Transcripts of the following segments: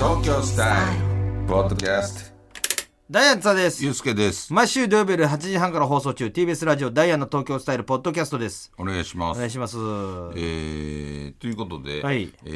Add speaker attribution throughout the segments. Speaker 1: ョンスタイルポッドキャス
Speaker 2: ダイアンツァで
Speaker 1: ト
Speaker 2: す
Speaker 1: ゆ。うすけです
Speaker 2: 毎週土曜日夜8時半から放送中、TBS ラジオダイアンの東京スタイルポッドキャストです。
Speaker 1: お願いしま
Speaker 2: お願い
Speaker 1: す
Speaker 2: します。
Speaker 1: えーということで、
Speaker 2: はい
Speaker 1: え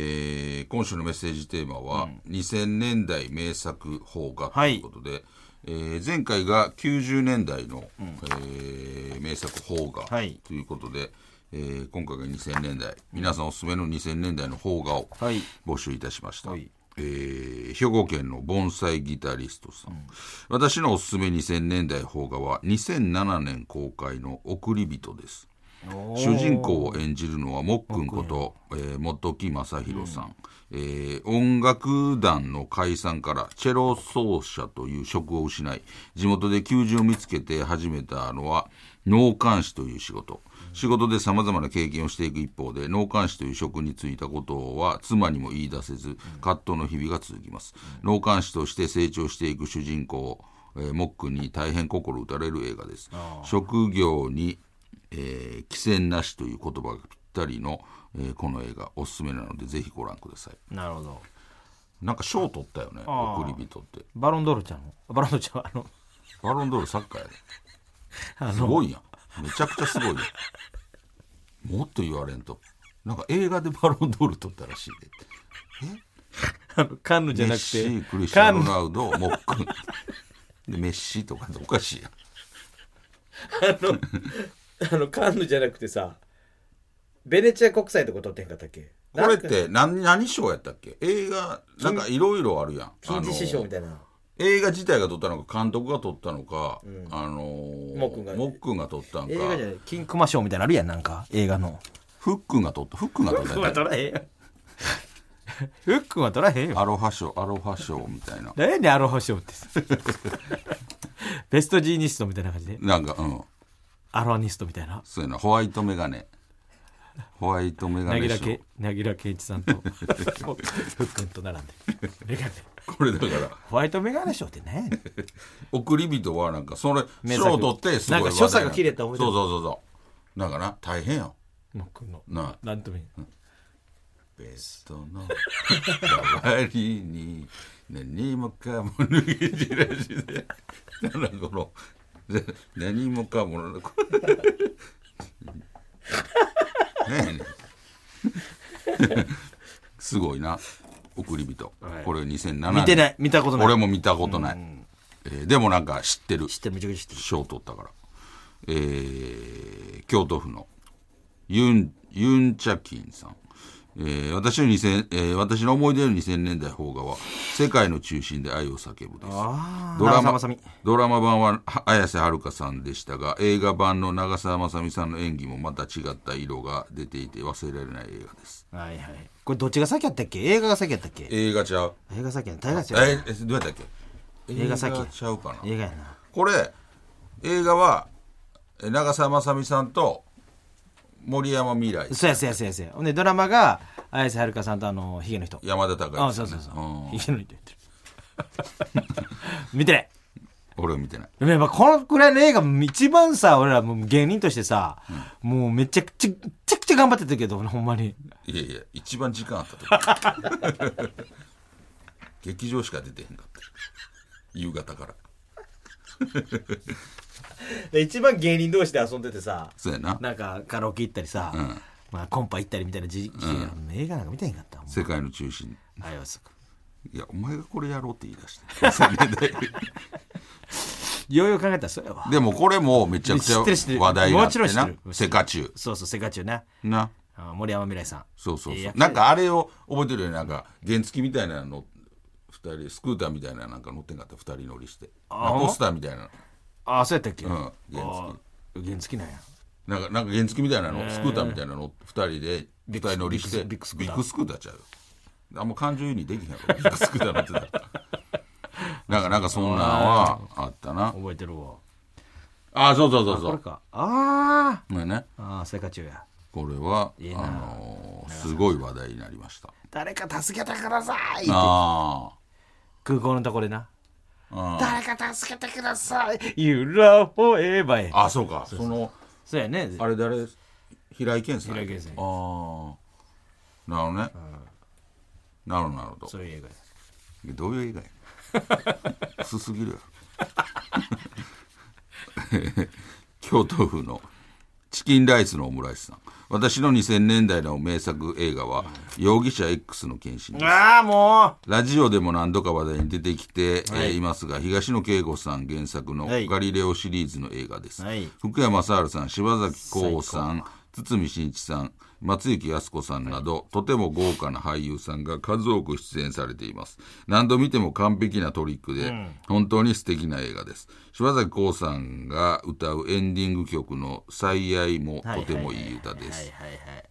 Speaker 1: ー今週のメッセージテーマは、2000年代名作邦画と
Speaker 2: はいいう
Speaker 1: ことで、えー前回が90年代の、えー名作邦画
Speaker 2: はい
Speaker 1: ということで、えー今回が2000年代皆さんおすすめの2000年代の邦画を
Speaker 2: はい
Speaker 1: 募集いたしました、
Speaker 2: はい
Speaker 1: えー兵庫県の盆栽ギタリストさん、私のおすすめ2000年代邦画は2007年公開の「送り人」です主人公を演じるのはもっくんこと、えー、本木正宏さん、えー音楽団の解散からチェロ奏者という職を失い地元で求人を見つけて始めたのは農鑑士という仕事仕事でさまざまな経験をしていく一方で農鑑士という職に就いたことは妻にも言い出せず葛藤の日々が続きます農鑑士として成長していく主人公えーモックンに大変心打たれる映画です職業にえー、寄せなしという言葉がぴったりの、えーこの映画おすすめなのでぜひご覧ください
Speaker 2: なるほど。
Speaker 1: なんか賞取ったよね
Speaker 2: あ
Speaker 1: 送り人って
Speaker 2: バロンドールちゃんの、バロンドールちゃんはあの、
Speaker 1: バロンドールサッカーや
Speaker 2: あ
Speaker 1: で
Speaker 2: の
Speaker 1: すごいやんめちゃくちゃすごいやんもっと言われんとなんか映画でバロンドール取ったらしいで
Speaker 2: あのカンヌじゃ
Speaker 1: メ
Speaker 2: な
Speaker 1: ッ
Speaker 2: く
Speaker 1: シーク
Speaker 2: て、
Speaker 1: リスティ
Speaker 2: カ
Speaker 1: アー
Speaker 2: ン
Speaker 1: ノ
Speaker 2: ヌ
Speaker 1: ロ、ナウドモックンでメッシーとかっておかしいやん
Speaker 2: あのカンヌじゃなくてさ、ベネチア国際とか取ってへんかったっけ
Speaker 1: これって何何賞やったっけ映画なんかいろいろあるやん
Speaker 2: 金獅子賞
Speaker 1: あの
Speaker 2: みたいな。
Speaker 1: 映画自体が撮ったのか監督が撮ったのか、あのー
Speaker 2: もっくんが
Speaker 1: もっくんが撮ったのか
Speaker 2: 映画じゃない、金熊賞みたいなのあるやん、なんか、映画の。
Speaker 1: フックンが撮ったフックンが撮った
Speaker 2: フックは取らへんよ。フックは取らへんよ。
Speaker 1: アロハ賞アロハ賞みたいな
Speaker 2: 何やねんアロハ賞って。ベストジーニストみたいな感じで。
Speaker 1: なんかうん
Speaker 2: アロアニストみたいな。
Speaker 1: そうやなホワイトメガネホワイトメガ
Speaker 2: なぎ
Speaker 1: ネ
Speaker 2: ら
Speaker 1: 賞
Speaker 2: け、なぎらけいちさ んと、ふっくんと並んで。メガネ。
Speaker 1: これだから
Speaker 2: ホワイトメガネ賞ってね。
Speaker 1: 送り人はなんかそれ
Speaker 2: 名作
Speaker 1: 賞を取ってすごい
Speaker 2: なんか所作が切れた
Speaker 1: そ
Speaker 2: 思
Speaker 1: う
Speaker 2: い出
Speaker 1: そうそうそうだから大変よ
Speaker 2: もっくんの。
Speaker 1: なあ
Speaker 2: なんとも言
Speaker 1: ベストの代わりに何もかも脱ぎ散らしてなんだこので何もかもなんだこれ何やねんすごいな送り人、
Speaker 2: はい
Speaker 1: これ2007年
Speaker 2: えん。見てない。見たことない。
Speaker 1: 俺も見たことない、えーでもなんか知ってる
Speaker 2: 知ってる、めちゃくちゃ知ってる。
Speaker 1: 賞を取ったから、えー京都府のユンユンチャキンさん、えー私の2000、えー私の思い出の2000年代邦画は「世界の中心で愛を叫ぶ」です
Speaker 2: ああ、
Speaker 1: ドラマ
Speaker 2: 長澤まさ
Speaker 1: ドラマ版はは綾瀬はるかさんでしたが映画版の長澤まさみさんの演技もまた違った色が出ていて忘れられない映画です
Speaker 2: み。はいはい。これどっちが先やったっけ映画が先やったっけ
Speaker 1: 映画ちゃう
Speaker 2: 映画先やん。大概ですよ。
Speaker 1: ええどうやったっけ
Speaker 2: 映画先
Speaker 1: ちゃうかな
Speaker 2: 映画やな。
Speaker 1: これ映画はえ長澤まさみさんと森山未来
Speaker 2: そうやそうやそうやそうや。ほんで、ドラマが、綾瀬はるかさんとあの、ヒゲの人。
Speaker 1: 山田孝
Speaker 2: あ
Speaker 1: 之さ
Speaker 2: そ
Speaker 1: ん
Speaker 2: う
Speaker 1: ね
Speaker 2: そうそう
Speaker 1: うん。
Speaker 2: ヒゲの人言ってる。 見てない。
Speaker 1: 俺は見てない
Speaker 2: でもやっぱこのくらいの映画一番さ俺らもう芸人としてさ、もうめちゃくちゃめちゃくちゃ頑張ってたけどほんまに
Speaker 1: いやいや一番時間あった時 劇場しか出てへんかった夕方から
Speaker 2: 一番芸人同士で遊んでてさ
Speaker 1: そうやな
Speaker 2: なんかカラオケ行ったりさ、
Speaker 1: ん
Speaker 2: まあ、コンパ行ったりみたいな時期、映画なんか見てへんかったもん
Speaker 1: 世界の中心
Speaker 2: あれはそこ
Speaker 1: いやお前がこれやろうって言い出して2000年代
Speaker 2: ようよう考えたらそれは
Speaker 1: でもこれもめちゃくちゃ
Speaker 2: 知ってる知ってる
Speaker 1: 話題になって
Speaker 2: もちろ
Speaker 1: な
Speaker 2: ん知ってる
Speaker 1: 世界中
Speaker 2: そうそう世界中ね
Speaker 1: な
Speaker 2: あ森山未来さん
Speaker 1: そうそう
Speaker 2: い
Speaker 1: そう
Speaker 2: や
Speaker 1: なんかあれを覚えてるよねなんか原付みたいなの二人スクーターみたいななんか乗ってんかった二人乗りして
Speaker 2: あ
Speaker 1: なんかポスターみたいな
Speaker 2: ああそうやったっけ、
Speaker 1: うん
Speaker 2: あ
Speaker 1: 原付
Speaker 2: ー原付なんや
Speaker 1: なんかなんか原付みたいなのスクーターみたいなの二人で二
Speaker 2: ビッグ
Speaker 1: 人乗りして
Speaker 2: ビッグスビッグスクーター
Speaker 1: ビッグスクーターちゃうよあんま感情移入できへんやろビッグスクーター乗ってたらなんかなんかそんなんはあったな
Speaker 2: 覚えてるわ
Speaker 1: ああそうそうそうそ
Speaker 2: これ
Speaker 1: う
Speaker 2: かあ
Speaker 1: これね
Speaker 2: ーあー世界中や
Speaker 1: これはい
Speaker 2: い
Speaker 1: あ
Speaker 2: な
Speaker 1: のーすごい話題になりました
Speaker 2: 誰か助けてください
Speaker 1: あ
Speaker 2: 空港のとこでな
Speaker 1: ーあー
Speaker 2: 誰か助けてください You love forever
Speaker 1: あそうかその
Speaker 2: そうやね
Speaker 1: あれ誰平井堅さん
Speaker 2: 平井堅さん
Speaker 1: ああなるほどね、なるほどなるほど
Speaker 2: そういう映画や
Speaker 1: どういう映画や ねん薄すぎるやろ 京都府のチキンライスのオムライスさん私の2000年代の名作映画は「容疑者 X の献身」です
Speaker 2: ああ、も
Speaker 1: ラジオでも何度か話題に出てきて、えーいますが東野圭吾さん原作の
Speaker 2: はい
Speaker 1: 「ガリレオ」シリーズの映画です、
Speaker 2: はい
Speaker 1: 福山雅治さん柴咲コウさん堤真一さん松雪泰子さんなど、とても豪華な俳優さんが数多く出演されています何度見ても完璧なトリックで、本当に素敵な映画です柴咲コウさんが歌うエンディング曲の「最愛」もとてもいい歌で
Speaker 2: う。はい
Speaker 1: す
Speaker 2: はいはい。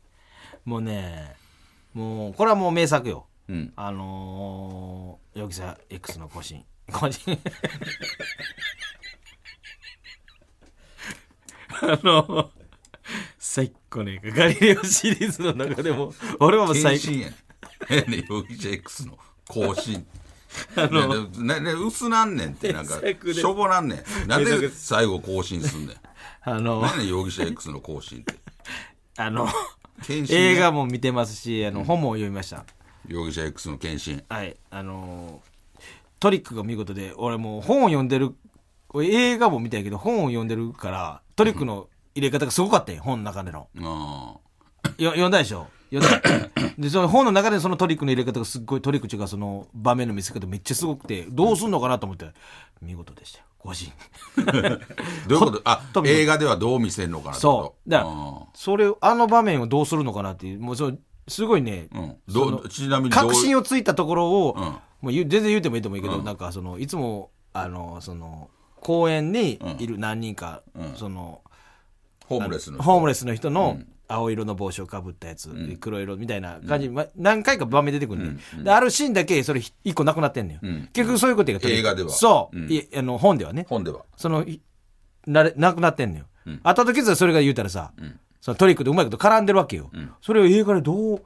Speaker 2: もうね、もう、これはもう名作よ。
Speaker 1: うん
Speaker 2: あのー、容疑者 X の更新。更新。 あのー、最高ね、ガリレオシリーズの中でも、俺はもう
Speaker 1: 献
Speaker 2: 最高。
Speaker 1: 身やねんね容疑者 X の更新あのねね薄なんねんってなんか
Speaker 2: 原作で
Speaker 1: しょぼなんねんなん
Speaker 2: 原作
Speaker 1: で
Speaker 2: で
Speaker 1: 最後更新すんねん
Speaker 2: あのー、
Speaker 1: 何で容疑者 X の更新って
Speaker 2: あの、
Speaker 1: 献身ね
Speaker 2: 映画も見てますし、あの、本も読みました。
Speaker 1: 容疑者 X の献身
Speaker 2: はい、あのートリックが見事で、俺もう本を読んでる、俺映画も見たんやけど、本を読んでるから、トリックの入れ方がすごかったよ、本の中での。
Speaker 1: あ
Speaker 2: よ読んだでしょ 読んだで、その本の中でそのトリックの入れ方がすっごい、トリックっていうかその場面の見せ方めっちゃすごくて、どうすんのかなと思って、見事でしたよ、個人。
Speaker 1: ーどういうことあ
Speaker 2: と
Speaker 1: 映画ではどう見せんのかなってこ
Speaker 2: そ
Speaker 1: と
Speaker 2: う。だか
Speaker 1: あ
Speaker 2: ら、それを、あの場面をどうするのかなっていう、もうそう、すごいね、
Speaker 1: ーうんどう
Speaker 2: その
Speaker 1: ちなみにどう
Speaker 2: 確信をついたところを、
Speaker 1: ん
Speaker 2: もう言う全然言うてもいいと思うけど、
Speaker 1: うん
Speaker 2: なんかそのいつもあのその公園にいる何人か、
Speaker 1: うん
Speaker 2: その
Speaker 1: ホームレスの人
Speaker 2: ホームレスの人の青色の帽子をかぶったやつ、黒色みたいな感じ、ま何回か場面出てくるね、であるシーンだけそれ一個なくなってんのよ、
Speaker 1: ん
Speaker 2: 結局そういうことや
Speaker 1: 映画では
Speaker 2: そう、
Speaker 1: うん
Speaker 2: いあの本ではね
Speaker 1: 本では
Speaker 2: そのいなれなくなってんのよ、後々気づいた時それが言うたらさ、
Speaker 1: ん
Speaker 2: そのトリックでうまいこと絡んでるわけよ、
Speaker 1: ん
Speaker 2: それを映画でどう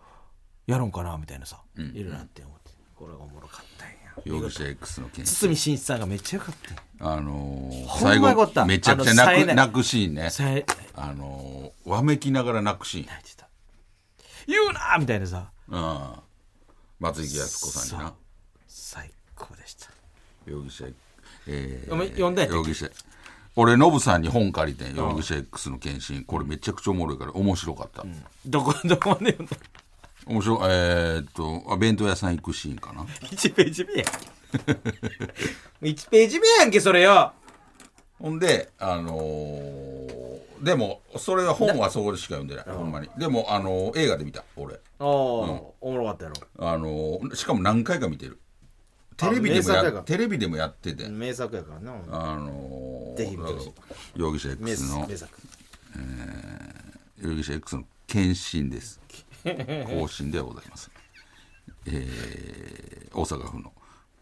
Speaker 2: やるんかなみたいなさ、
Speaker 1: ん
Speaker 2: いろいろあって思ってこれがおもろかったんや
Speaker 1: 容疑者 X の献身
Speaker 2: 堤真一さんがめっちゃよかったんや
Speaker 1: あのー
Speaker 2: ほ
Speaker 1: 最
Speaker 2: んまよかった
Speaker 1: 後めちゃくちゃ
Speaker 2: あの冴
Speaker 1: 泣く
Speaker 2: えない
Speaker 1: 泣くシーンね
Speaker 2: さえ
Speaker 1: あのーわめきながら泣くシーン
Speaker 2: 泣いてた言うなーみたいなさ
Speaker 1: うん松井康子さんにな
Speaker 2: 最高でした
Speaker 1: 容疑者え
Speaker 2: お前呼んだやつ
Speaker 1: 容疑者俺ノブさんに本借りてん容疑者 X の検診これめちゃくちゃおもろいから面白かった、
Speaker 2: どこどこまで読んだ
Speaker 1: 面白えー、っとあ弁当屋さん行くシーンかな
Speaker 2: 1ページ目やん1ページ目やんけそれよ
Speaker 1: ほんであのーでもそれは本はそこでしか読んでないほんまにでも、あのー映画で見た俺
Speaker 2: おお、おもろかったや
Speaker 1: あのーしかも何回か見てるテレビ
Speaker 2: 名
Speaker 1: でも
Speaker 2: 作やか
Speaker 1: や
Speaker 2: ら
Speaker 1: テレビでもやってて、
Speaker 2: ろ名作やからな
Speaker 1: あのー
Speaker 2: ぜひ見てほしい
Speaker 1: 容疑者 X の容疑者 X の検診です。更新ではございます。えー、大阪府の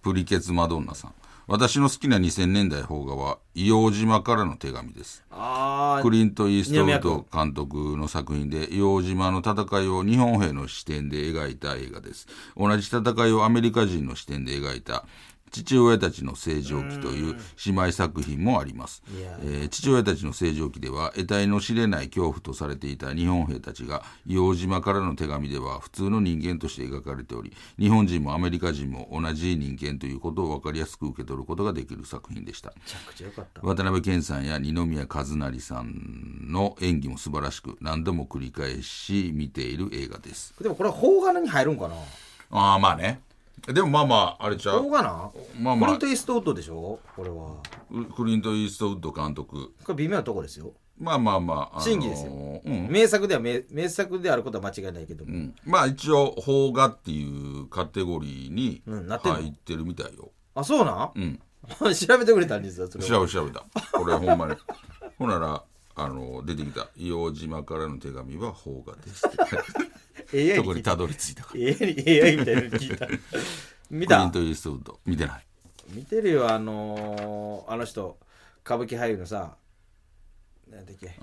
Speaker 1: プリケツマドンナさん。私の好きな2000年代邦画は、硫黄島からの手紙です。
Speaker 2: あ
Speaker 1: クリント・イーストウッド監督の作品で、硫黄島の戦いを日本兵の視点で描いた映画です。同じ戦いをアメリカ人の視点で描いた、父親たちの正常期という姉妹作品もあります。
Speaker 2: いや
Speaker 1: えー父親たちの正常期では得体の知れない恐怖とされていた日本兵たちが硫黄島からの手紙では普通の人間として描かれており日本人もアメリカ人も同じ人間ということを分かりやすく受け取ることができる作品でした。
Speaker 2: めちゃくちゃよかった
Speaker 1: 渡辺謙さんや二宮和也さんの演技も素晴らしく何度も繰り返し見ている映画です
Speaker 2: でもこれは邦画に入るんかな
Speaker 1: ああまあねでもまあまああれちゃ
Speaker 2: 邦
Speaker 1: う
Speaker 2: 画な
Speaker 1: まあまあ
Speaker 2: クリント・イーストウッドでしょこれは
Speaker 1: クリント・イーストウッド監督
Speaker 2: これ微妙なとこですよ
Speaker 1: まあまあまあ、あのー
Speaker 2: 真偽ですよ
Speaker 1: うん
Speaker 2: 名作では名名作であることは間違いないけども、
Speaker 1: うんまあ一応邦画っていうカテゴリーに
Speaker 2: うんなってんの
Speaker 1: 入ってるみたいよ、
Speaker 2: あそうなん
Speaker 1: う、ん、
Speaker 2: 調べてくれたんですよそれは
Speaker 1: 調べ調べたこれほんまに ほんならあの出てきた「硫黄島からの手紙は邦画です」って
Speaker 2: AI
Speaker 1: そ
Speaker 2: に
Speaker 1: こ
Speaker 2: 聞
Speaker 1: に
Speaker 2: いた
Speaker 1: たどり着いたから
Speaker 2: AI に AI みたいなの聞 いた見
Speaker 1: クリン
Speaker 2: た
Speaker 1: ト・イーストウッド見てない
Speaker 2: 見てるよあのー、あの人歌舞伎俳優のさなんだっけ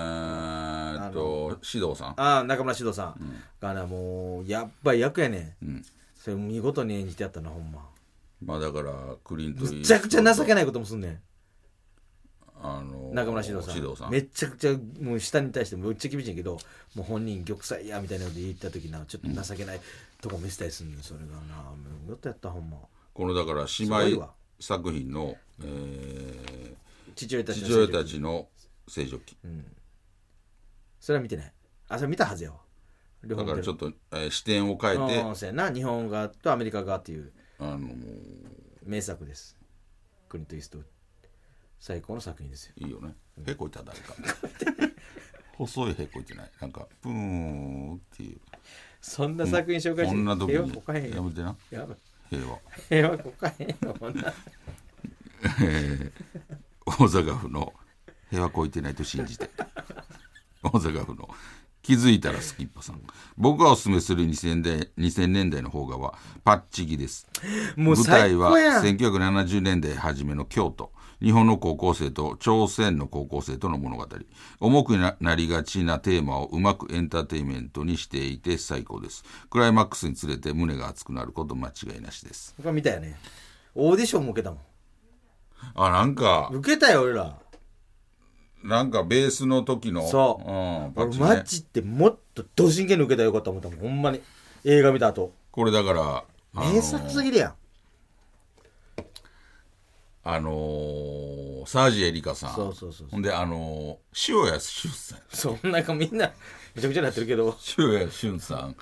Speaker 1: あーえっと、獅童さん。
Speaker 2: ああ中村獅童さん、がなもうやっばい役やねん、
Speaker 1: うん
Speaker 2: それ見事に演じてやったなほんま
Speaker 1: まあだから、クリント・イー
Speaker 2: め
Speaker 1: ス
Speaker 2: ち
Speaker 1: トウ
Speaker 2: ゃ
Speaker 1: ッド
Speaker 2: くちゃ情けないこともすんねん
Speaker 1: あの
Speaker 2: 中村獅童さん
Speaker 1: 獅童さん
Speaker 2: めちゃくちゃもう下に対してめっちゃ厳しいんやけどもう本人玉砕やみたいなこと言った時なちょっと情けないとこ見せたりするのよそれがなもうよっとやったほんま
Speaker 1: このだから
Speaker 2: すご
Speaker 1: 姉
Speaker 2: い
Speaker 1: 妹
Speaker 2: わ
Speaker 1: 作品の、えー
Speaker 2: 父親たちの
Speaker 1: 父親たちの成長期、
Speaker 2: それは見てないあそれ見たはずよ両
Speaker 1: だ
Speaker 2: 見て
Speaker 1: か
Speaker 2: る
Speaker 1: らちょっと、えー視点を変えて
Speaker 2: うんそうやな日本側とアメリカ側っていう
Speaker 1: あの
Speaker 2: 名作ですクリント・イーストウッド最高の作品ですよ
Speaker 1: いいよねへこいた誰か細いへこいてないなんかプーンっていう
Speaker 2: そんな作品紹介し
Speaker 1: こ
Speaker 2: て
Speaker 1: んな時に
Speaker 2: 平和こかへん
Speaker 1: や
Speaker 2: よ
Speaker 1: めてな
Speaker 2: やばい
Speaker 1: 平和
Speaker 2: 平和こかへんよこんな
Speaker 1: 大阪府の平和こいてないと信じて大阪府の気づいたらスキッパさん僕がおすすめする2000代 ,2000 年代の邦画はパッチギです
Speaker 2: もう
Speaker 1: 舞台
Speaker 2: 最
Speaker 1: は
Speaker 2: 高やん
Speaker 1: 1970年代初めの京都日本の高校生と朝鮮の高校生との物語重くななりがちなテーマをうまくエンターテインメントにしていて最高ですクライマックスにつれて胸が熱くなること間違いなしです
Speaker 2: 他見たよねオーディションも受けたもん
Speaker 1: あなんか
Speaker 2: 受けたよ俺ら
Speaker 1: なんかベースの時の
Speaker 2: そう
Speaker 1: うん、パッ
Speaker 2: 俺
Speaker 1: チ
Speaker 2: マ
Speaker 1: ね
Speaker 2: ッチってもっとド真剣に受けたらよかった思ったもんほんまに映画見た後
Speaker 1: これだからあの
Speaker 2: 名作すぎるやん
Speaker 1: あのーサージエリカさん
Speaker 2: そうそうそうそう
Speaker 1: ほんであのー塩谷俊さん
Speaker 2: そんなんかみんなめちゃくちゃになってるけど
Speaker 1: 塩谷俊さん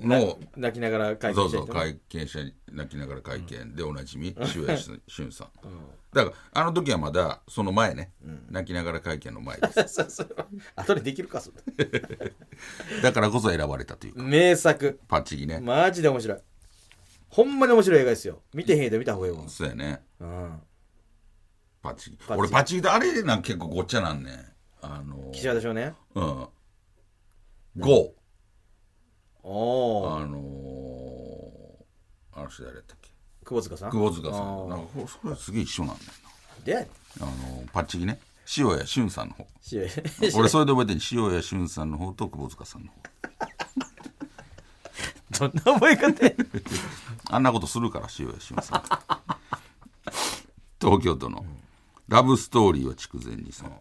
Speaker 1: の
Speaker 2: 泣きながら会見
Speaker 1: そう
Speaker 2: し
Speaker 1: そ
Speaker 2: た
Speaker 1: う
Speaker 2: り
Speaker 1: 会
Speaker 2: とか
Speaker 1: 見者に泣きながら会見でおなじみ塩谷俊俊さんだからあの時はまだその前ね泣きながら会見の前です
Speaker 2: そうそう後でできるかそれ
Speaker 1: だからこそ選ばれたというか
Speaker 2: 名作
Speaker 1: パッチギね
Speaker 2: マジで面白いほんまに面白い映画ですよ見てへんやで見た方がいいわ
Speaker 1: そうやね
Speaker 2: うん
Speaker 1: パッチギ
Speaker 2: チギ
Speaker 1: 俺パッチギってあれなんか結構ごっちゃなんねあの
Speaker 2: 岸和田少年
Speaker 1: うんゴ
Speaker 2: お
Speaker 1: ー
Speaker 2: お
Speaker 1: あのーあの人誰だったっけ
Speaker 2: 久保塚さん
Speaker 1: 久保塚さ
Speaker 2: あー
Speaker 1: んなんかこそれすげえ一緒なんだよ
Speaker 2: で
Speaker 1: なあのーパッチギね塩谷俊さんの方
Speaker 2: し
Speaker 1: 俺それで覚えてる塩谷俊さんの方と久保塚さんの方
Speaker 2: どんな覚え方や
Speaker 1: あんなことするから塩谷します。東京都のラブストーリーは筑前にさん。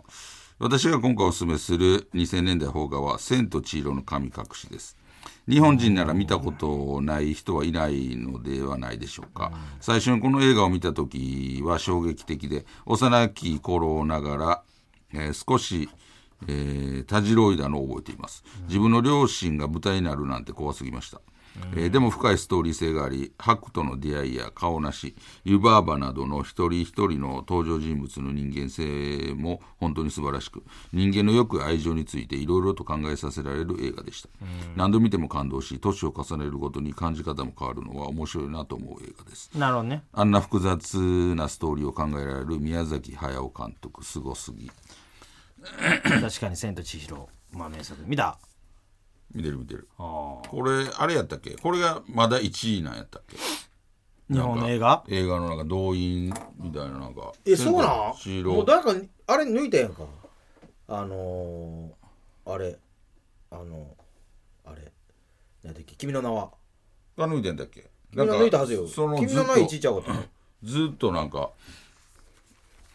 Speaker 1: 私が今回おすすめする2000年代邦画は「千と千尋の神隠し」です日本人なら見たことない人はいないのではないでしょうか最初にこの映画を見た時は衝撃的で幼き頃ながら、えー少し、えーたじろいだのを覚えています自分の両親が舞台になるなんて怖すぎましたえーでも深いストーリー性があり白との出会いや顔なし湯婆婆などの一人一人の登場人物の人間性も本当に素晴らしく人間の欲や愛情についていろいろと考えさせられる映画でした何度見ても感動し年を重ねるごとに感じ方も変わるのは面白いなと思う映画です
Speaker 2: なるほどね
Speaker 1: あんな複雑なストーリーを考えられる宮崎駿監督すごすぎ
Speaker 2: 確かに「千と千尋」まあ名作見た
Speaker 1: 見てる見てる
Speaker 2: あ
Speaker 1: これあれやったっけこれがまだ1位なんやったっけ
Speaker 2: 日本の映画
Speaker 1: 映画のなんか動員みたいななんか
Speaker 2: えそうなん
Speaker 1: 千
Speaker 2: も
Speaker 1: 尋
Speaker 2: う誰かあれ抜いたやんかあのー、あれあのあれ何だっけ君の名は
Speaker 1: が抜いてんだっけ
Speaker 2: 君の名抜いたはずよ
Speaker 1: その
Speaker 2: 君
Speaker 1: ず
Speaker 2: の
Speaker 1: っ
Speaker 2: 名は1
Speaker 1: と
Speaker 2: 位ちゃうかった
Speaker 1: ずっとなんか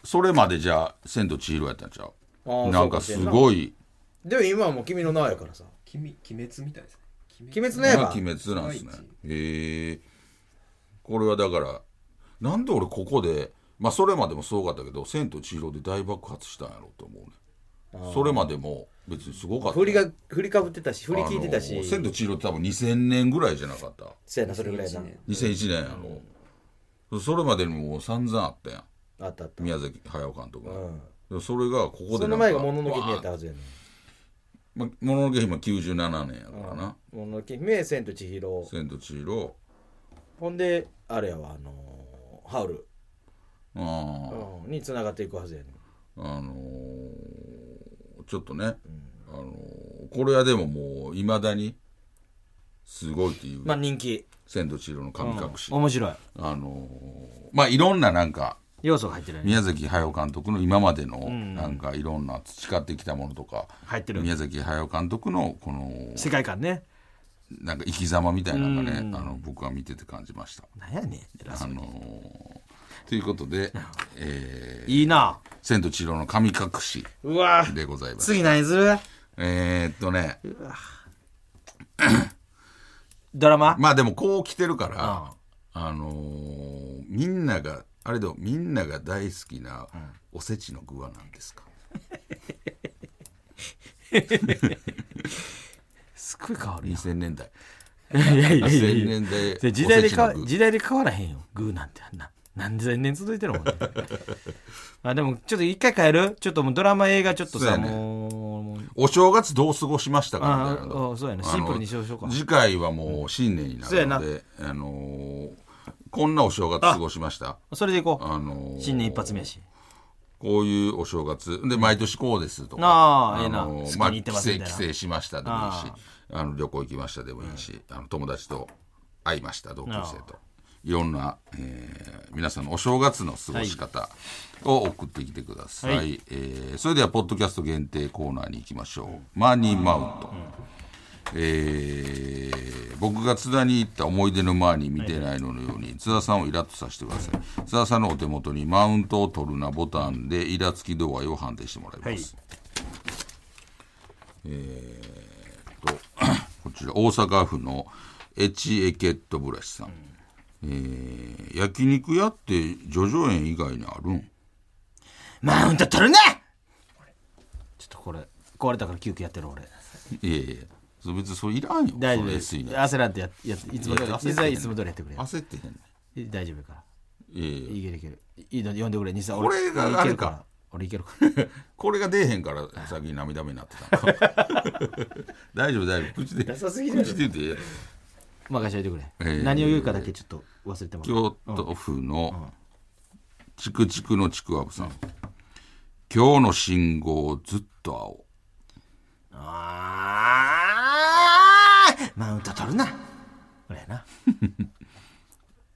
Speaker 1: それまでじゃあ「千と千尋」やったんちゃ
Speaker 2: あー
Speaker 1: うなんか
Speaker 2: そう
Speaker 1: す
Speaker 2: かもしれんな
Speaker 1: ごい
Speaker 2: でも今はもう君の名はやからさ
Speaker 3: 君鬼滅みたいですね。
Speaker 2: 「鬼滅の
Speaker 1: な
Speaker 2: 刃」
Speaker 1: 鬼滅なんですねへえこれはだからなんで俺ここでまあそれまでもすごかったけど「千と千尋」で大爆発したんやろうと思うねそれまでも別にすごかった
Speaker 2: 振りが振りかぶってたし振り聞いてたし、
Speaker 1: あの千と千尋」って多分2000年ぐらいじゃなかった
Speaker 2: そうやなそれぐらいな
Speaker 1: 2001年やろ、それまでにもう散々あったやん
Speaker 2: あったあった
Speaker 1: 宮崎駿監督が、
Speaker 2: うん
Speaker 1: でもそれがここでな
Speaker 2: その
Speaker 1: んか
Speaker 2: 前が「もののけ姫」やった
Speaker 1: わ
Speaker 2: はずやね
Speaker 1: ーまもののけ姫は97年やからな
Speaker 2: 「もののけ姫」「千と千尋
Speaker 1: 「千と千尋」」
Speaker 2: ほんであれやわあのーハウル」
Speaker 1: あー
Speaker 2: うんに繋がっていくはずやね
Speaker 1: あのーちょっとね、あのーこれはでももういまだにすごいっていう
Speaker 2: まあ人気
Speaker 1: 「千と千尋の神隠し」
Speaker 2: 面白い
Speaker 1: あのーまあいろんななんか
Speaker 2: 要素が入ってるね
Speaker 1: 宮崎駿監督の今までのなんかいろんな培ってきたものとか、
Speaker 2: 入ってる
Speaker 1: 宮崎駿監督のこの
Speaker 2: 世界観ね
Speaker 1: なんか生き様みたいなのがね、あの僕は見てて感じました。
Speaker 2: なんやねん偉
Speaker 1: あ
Speaker 2: そう
Speaker 1: のーということ で、えー
Speaker 2: いいな
Speaker 1: 千と千尋の神隠し
Speaker 2: うわ
Speaker 1: でございます。
Speaker 2: 次何する
Speaker 1: えー、っとね、
Speaker 2: ドラマ、
Speaker 1: まあでもこう来てるから、あのーみんなが、あれでもみんなが大好きなおせちの具は何ですか、
Speaker 2: すっごい変わるや
Speaker 1: ?2000 年代。
Speaker 2: んいやいやいや
Speaker 1: 2000
Speaker 2: いや
Speaker 1: 年代
Speaker 2: で時代で変わ
Speaker 1: おせちの具
Speaker 2: 時代で変わらへんよグーなんてあんな何千年続いてるもんねあでもちょっと一回変えるちょっともうドラマ映画ちょっと
Speaker 1: そう
Speaker 2: さ
Speaker 1: やね
Speaker 2: もうもう
Speaker 1: お正月どう過ごしましたか
Speaker 2: あ
Speaker 1: みたいなの
Speaker 2: あそうやねシンプルにしましょうか
Speaker 1: あの次回はもう新年にな
Speaker 2: そうや
Speaker 1: る
Speaker 2: な
Speaker 1: ので、あのーこんなお正月過ごしました
Speaker 2: それでいこう
Speaker 1: あのー
Speaker 2: 新年一発目やし
Speaker 1: こういうお正月で毎年こうですとか
Speaker 2: ああええな
Speaker 1: の
Speaker 2: 好きに
Speaker 1: まあ
Speaker 2: 行って
Speaker 1: 帰
Speaker 2: ます
Speaker 1: 省
Speaker 2: みたいな
Speaker 1: 帰省しましたでもいいし
Speaker 2: あ
Speaker 1: あの旅行行きましたでもいいし、あの友達と会いました同級生といろんな、えー皆さんのお正月の過ごし方を送ってきてください、
Speaker 2: は
Speaker 1: えーそれではポッドキャスト限定コーナーに行きましょうマニーマウント、えー僕が津田に行った思い出の前に見てないののように津田さんをイラッとさせてください津田さんのお手元にマウントを取るなボタンでイラつき度合いを判定してもらいます、えーっとこちら大阪府のエチエケットブラシさん、えー焼肉屋って叙々苑以外にあるん
Speaker 2: マウント取るなちょっとこれ壊れたから急遽やってる俺
Speaker 1: いやいやそれ別にそれいらんよ
Speaker 2: 大丈
Speaker 1: そ
Speaker 2: 夫
Speaker 1: れ
Speaker 2: です焦らんとややいつも通り
Speaker 1: いや焦って
Speaker 2: 実際いつも通りやってくれ
Speaker 1: 焦ってへん
Speaker 2: 大丈夫やから
Speaker 1: いやいや
Speaker 2: いけるいけるいいの読んでくれ西さん
Speaker 1: これがあ
Speaker 2: 俺いけ
Speaker 1: れ
Speaker 2: る
Speaker 1: か
Speaker 2: から俺いける から
Speaker 1: これが出えへんから先に涙目になってたの か大丈夫大丈夫口で
Speaker 2: さすぎるやろ
Speaker 1: 口で言って
Speaker 2: 任せといてくれ、
Speaker 1: えー
Speaker 2: 何を言うかだけちょっと忘れてもら
Speaker 1: 京
Speaker 2: う
Speaker 1: 都府のチクチクのちくわぶさん今日の信号ずっと青
Speaker 2: あーマウント取るなこれやな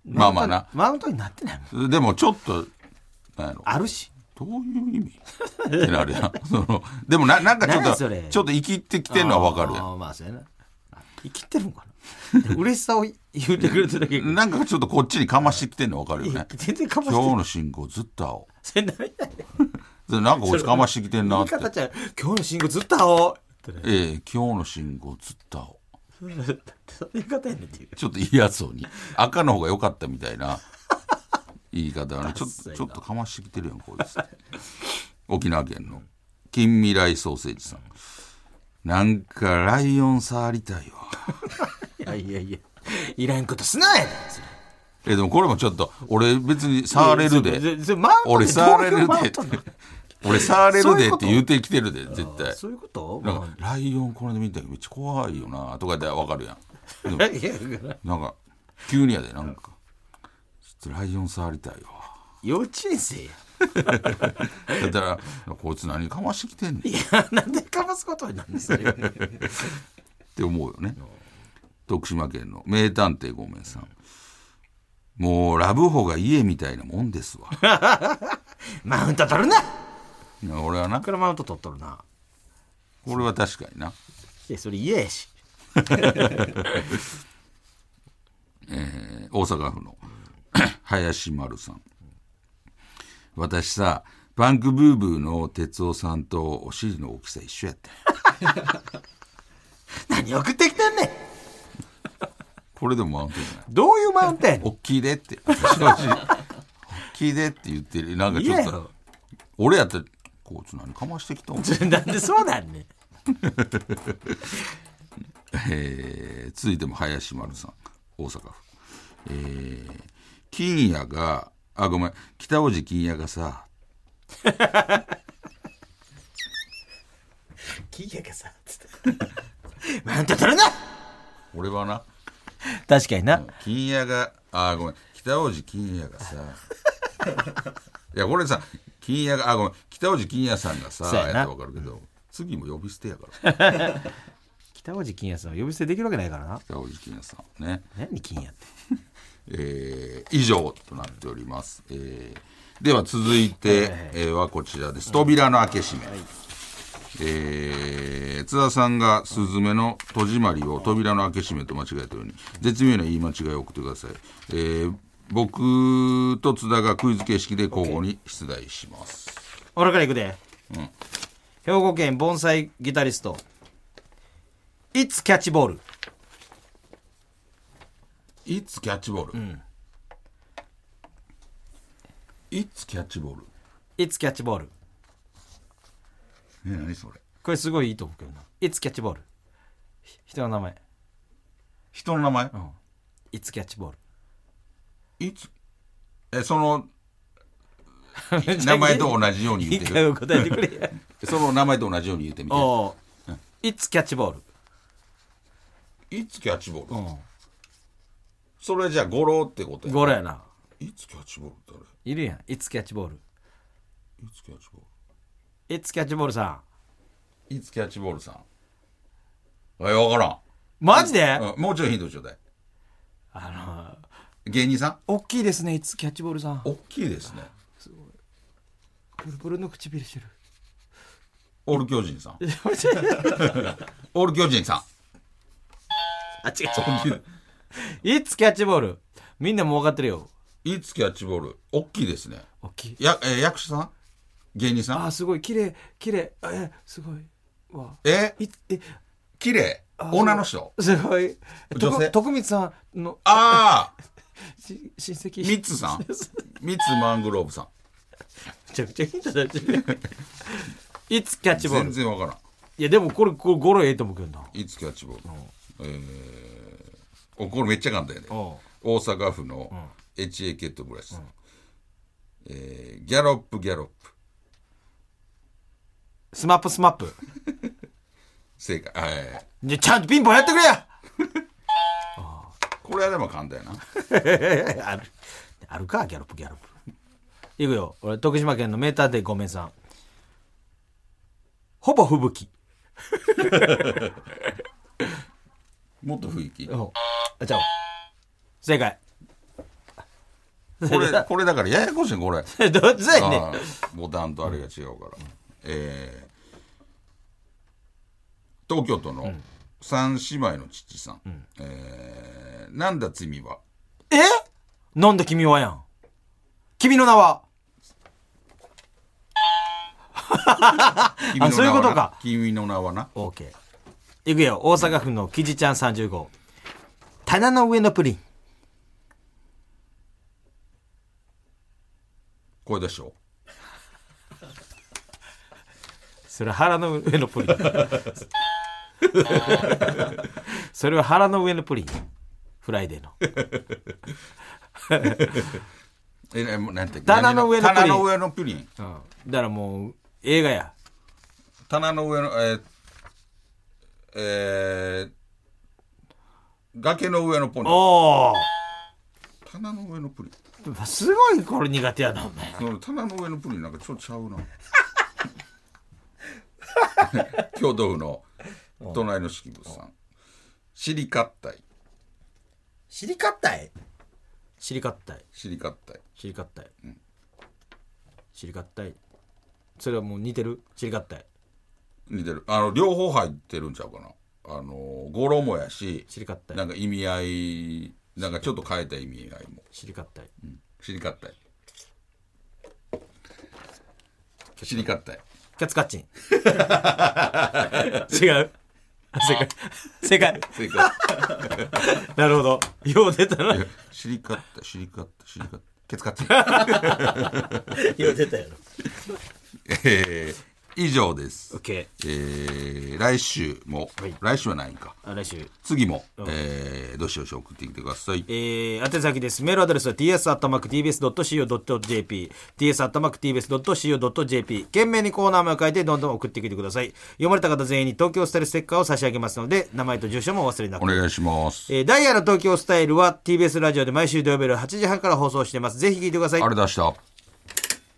Speaker 1: まあまあな
Speaker 2: マウントになってないもん
Speaker 1: でもちょっとなんやろ
Speaker 2: あるし
Speaker 1: どういう意味ってなるやん そのでもななんかちょっ
Speaker 2: 何
Speaker 1: と
Speaker 2: それ
Speaker 1: ちょっと生きってきてんのはわかるや
Speaker 2: あーまあそうやな生きてるんかなで嬉しさを言ってくれてるだけ
Speaker 1: んなんかちょっとこっちにかましてきてんのわかるよね
Speaker 2: 全然かまして
Speaker 1: 今
Speaker 2: ない
Speaker 1: 日の信号ずっと青
Speaker 2: それ何やねん
Speaker 1: でなんかこっちかましてきてんな
Speaker 2: 言
Speaker 1: っ
Speaker 2: い
Speaker 1: て
Speaker 2: 方ちゃう今日の信号ずっと青ってね
Speaker 1: ええ今日の信号ずっと青
Speaker 2: その言い方やねんっていう
Speaker 1: ちょっといいやつをに赤の方が良かったみたいな言い方はねちょっとちょっとかましてきてるやんこいつ沖縄県の近未来ソーセージさんなんかライオン触りたいわ
Speaker 2: いやいやいやいらんことすなやでそれ
Speaker 1: えでもこれもちょっと俺別に触れるで
Speaker 2: そそマウント
Speaker 1: 俺
Speaker 2: って
Speaker 1: 触れる
Speaker 2: どういうマウ
Speaker 1: で
Speaker 2: ントなの
Speaker 1: 俺触れ
Speaker 2: そ
Speaker 1: る
Speaker 2: うい
Speaker 1: で
Speaker 2: う
Speaker 1: っ
Speaker 2: こと
Speaker 1: て言うてきてるで絶対
Speaker 2: そういうこと
Speaker 1: なんかライオンこれで見たけどめっちゃ怖いよなとかでわかるやん
Speaker 2: いやいやだから
Speaker 1: なんか急にやでなんかちょっとライオン触りたいわ
Speaker 2: 幼稚園生や
Speaker 1: だったら、こいつ何かましてきてんねんっ
Speaker 2: いやなんでかますことになんですよ
Speaker 1: て思うよね。徳島県の名探偵ごめんさん。もうラブホが家みたいなもんです わ。
Speaker 2: マウント取るない
Speaker 1: や俺はな、こ
Speaker 2: これマウント取っとるな
Speaker 1: れは確かにな。
Speaker 2: いやそれ嫌やし
Speaker 1: えー大阪府の 林丸さん。私さ、パンクブーブーの哲夫さんとお尻の大きさ一緒やったんや
Speaker 2: 何送ってきてんねん
Speaker 1: これでもマウントじゃない。
Speaker 2: どういうマウントやね
Speaker 1: おっきいでって。大きいでって言ってる。なんか
Speaker 2: ん
Speaker 1: ち
Speaker 2: 嫌
Speaker 1: ょっ
Speaker 2: や
Speaker 1: と
Speaker 2: ろ、
Speaker 1: 俺やったら、こいつ何かましてきたん
Speaker 2: なんでそうなんねん
Speaker 1: えー続いても林丸さん大阪府、えー金谷があごめん北王子金谷がさ
Speaker 2: キーやかさつってマウント取るな
Speaker 1: 俺はな
Speaker 2: 確かにな、
Speaker 1: 金谷があごめん北王子金谷が さいやこれさ金谷があごめん北王子金谷さんがさ
Speaker 2: そうやな
Speaker 1: やったらわかるけど、次も呼び捨てやから
Speaker 2: 北王子金也さんを呼び捨てできるわけないからな
Speaker 1: 北王子金谷さんね
Speaker 2: 何金也って
Speaker 1: えー以上となっております、えーでは続いてえーはこちらです扉の開け閉め、えー津田さんが「スズメの戸締まり」を「扉の開け閉め」と間違えたように絶妙な言い間違いを送ってください、えー僕と津田がクイズ形式で交互に出題します
Speaker 2: 俺からいくで、兵庫県盆栽ギタリストいつキャッチボール
Speaker 1: いつキャッチボール、いつキャッチボール
Speaker 2: いつキャッチボール
Speaker 1: え何それ
Speaker 2: これすごいいいと思うけどないつキャッチボールひ人の名前
Speaker 1: 人の名前、
Speaker 2: いつキャッチボール
Speaker 1: いつえそ の名前と同じように言って
Speaker 2: 一 回
Speaker 1: る
Speaker 2: お答えてく れや
Speaker 1: その名前と同じように言ってみて
Speaker 2: おういつキャッチボール
Speaker 1: いつキャッチボール、
Speaker 2: うん
Speaker 1: それじゃあ五郎ってことや
Speaker 2: ゴロやない
Speaker 1: つキャッチボール誰
Speaker 2: いるやんいつキャッチボール
Speaker 1: いつキャッチボー
Speaker 2: いつキャッチボールさん
Speaker 1: ルいつキャッチボールさんえ分から
Speaker 2: マジで、
Speaker 1: ん、うんもうちょいヒントちょうだい
Speaker 2: あ
Speaker 1: 芸人さん
Speaker 2: の大きいですねいつキャッチボールさん
Speaker 1: 大きいですね
Speaker 2: プルプルの唇 してる
Speaker 1: オール巨人さんオール巨人さん
Speaker 2: あ違ういつキャッチボールみんなもう分かってるよ
Speaker 1: いつキャッチボール大きいですね
Speaker 2: 大きい
Speaker 1: や、えー役者さん芸人さ
Speaker 2: あ
Speaker 1: ん
Speaker 2: ーすごい綺麗綺麗えすごいわ
Speaker 1: え
Speaker 2: いえ
Speaker 1: 綺麗女の人
Speaker 2: すごいえ
Speaker 1: 女性
Speaker 2: とく徳光さんの
Speaker 1: ああ
Speaker 2: し親戚
Speaker 1: ミッツ さんミッツマングローブさん
Speaker 2: めちゃくちゃヒント だしいつキャッチボー
Speaker 1: 全
Speaker 2: ル
Speaker 1: 然わからん
Speaker 2: いやでもこれこれゴロええと思うけどない
Speaker 1: つキャッチボール、えーおこれめっちゃ簡単やで
Speaker 2: おう
Speaker 1: 大阪府の HA ケットブレス、えーギャロップギャロップ
Speaker 2: スマップスマップ
Speaker 1: 正解あえー
Speaker 2: じゃちゃんとピンポンやってくれや
Speaker 1: これはでも簡単やな
Speaker 2: あるあるかギャロップギャロップいくよ俺徳島県のメーターでごめんさんほぼ吹雪
Speaker 1: もっと雰囲気
Speaker 2: おあちゃう正解
Speaker 1: これこれだからややこしいこれ
Speaker 2: どっちだよねん
Speaker 1: あーボタンとあれが違うから、えー東京都の三姉妹の父さん、えーなんだ罪は
Speaker 2: えなんで君はやん君の名は
Speaker 1: 君の名はな
Speaker 2: そういうことか
Speaker 1: 君の名はな
Speaker 2: OK いくよ大阪府のキジちゃん35棚の上のプリン
Speaker 1: 声出しょ
Speaker 2: それ腹の上のプリン それは腹の上のプリンフライデーの
Speaker 1: えー、もうなんて
Speaker 2: 棚の上のプリン
Speaker 1: 棚の上のプリン
Speaker 2: だからもう映画や
Speaker 1: 棚の上のえーえー崖の上のポニー
Speaker 2: おお
Speaker 1: 棚の上のプリン
Speaker 2: すごいこれ苦手やなお前
Speaker 1: その棚の上のプリンなんかちょっとちゃうな 京都府の隣の式部さんシリカッタイ
Speaker 2: 知りかったい知りかったい
Speaker 1: シリカッタイ
Speaker 2: 知りかったい知りかったいそれはもう似てる知りかったい
Speaker 1: 似てるあの両方入ってるんちゃうかなあの語呂もやし
Speaker 2: 知りかった
Speaker 1: ないんか意味合いなんかちょっと変えた意味合いも
Speaker 2: 知りかったい
Speaker 1: シリカッタイシリカッタイ
Speaker 2: キャッツカッチン 違うあ正解正解
Speaker 1: 正解
Speaker 2: なるほどよう出た なよ
Speaker 1: シリカッタイシリカッタイシリカッタイケツカッタイ
Speaker 2: う出たやろ
Speaker 1: えー以上です。
Speaker 2: OK
Speaker 1: えー来週も、
Speaker 2: い
Speaker 1: 来週はないんか。
Speaker 2: あ来週
Speaker 1: 次も、えーどしどし送ってきてください。
Speaker 2: えー、宛先です。メールアドレスは ts.tbs.co.jp。ts.tbs.co.jp。懸命にコーナー名を書いてどんどん送ってきてください。読まれた方全員に東京スタイルステッカーを差し上げますので、名前と住所もお忘れなく
Speaker 1: お。願いします。
Speaker 2: えー、ダイヤの東京スタイルは TBS ラジオで毎週土曜日夜8時半から放送しています。ぜひ聞いてください
Speaker 1: あ。れ出した。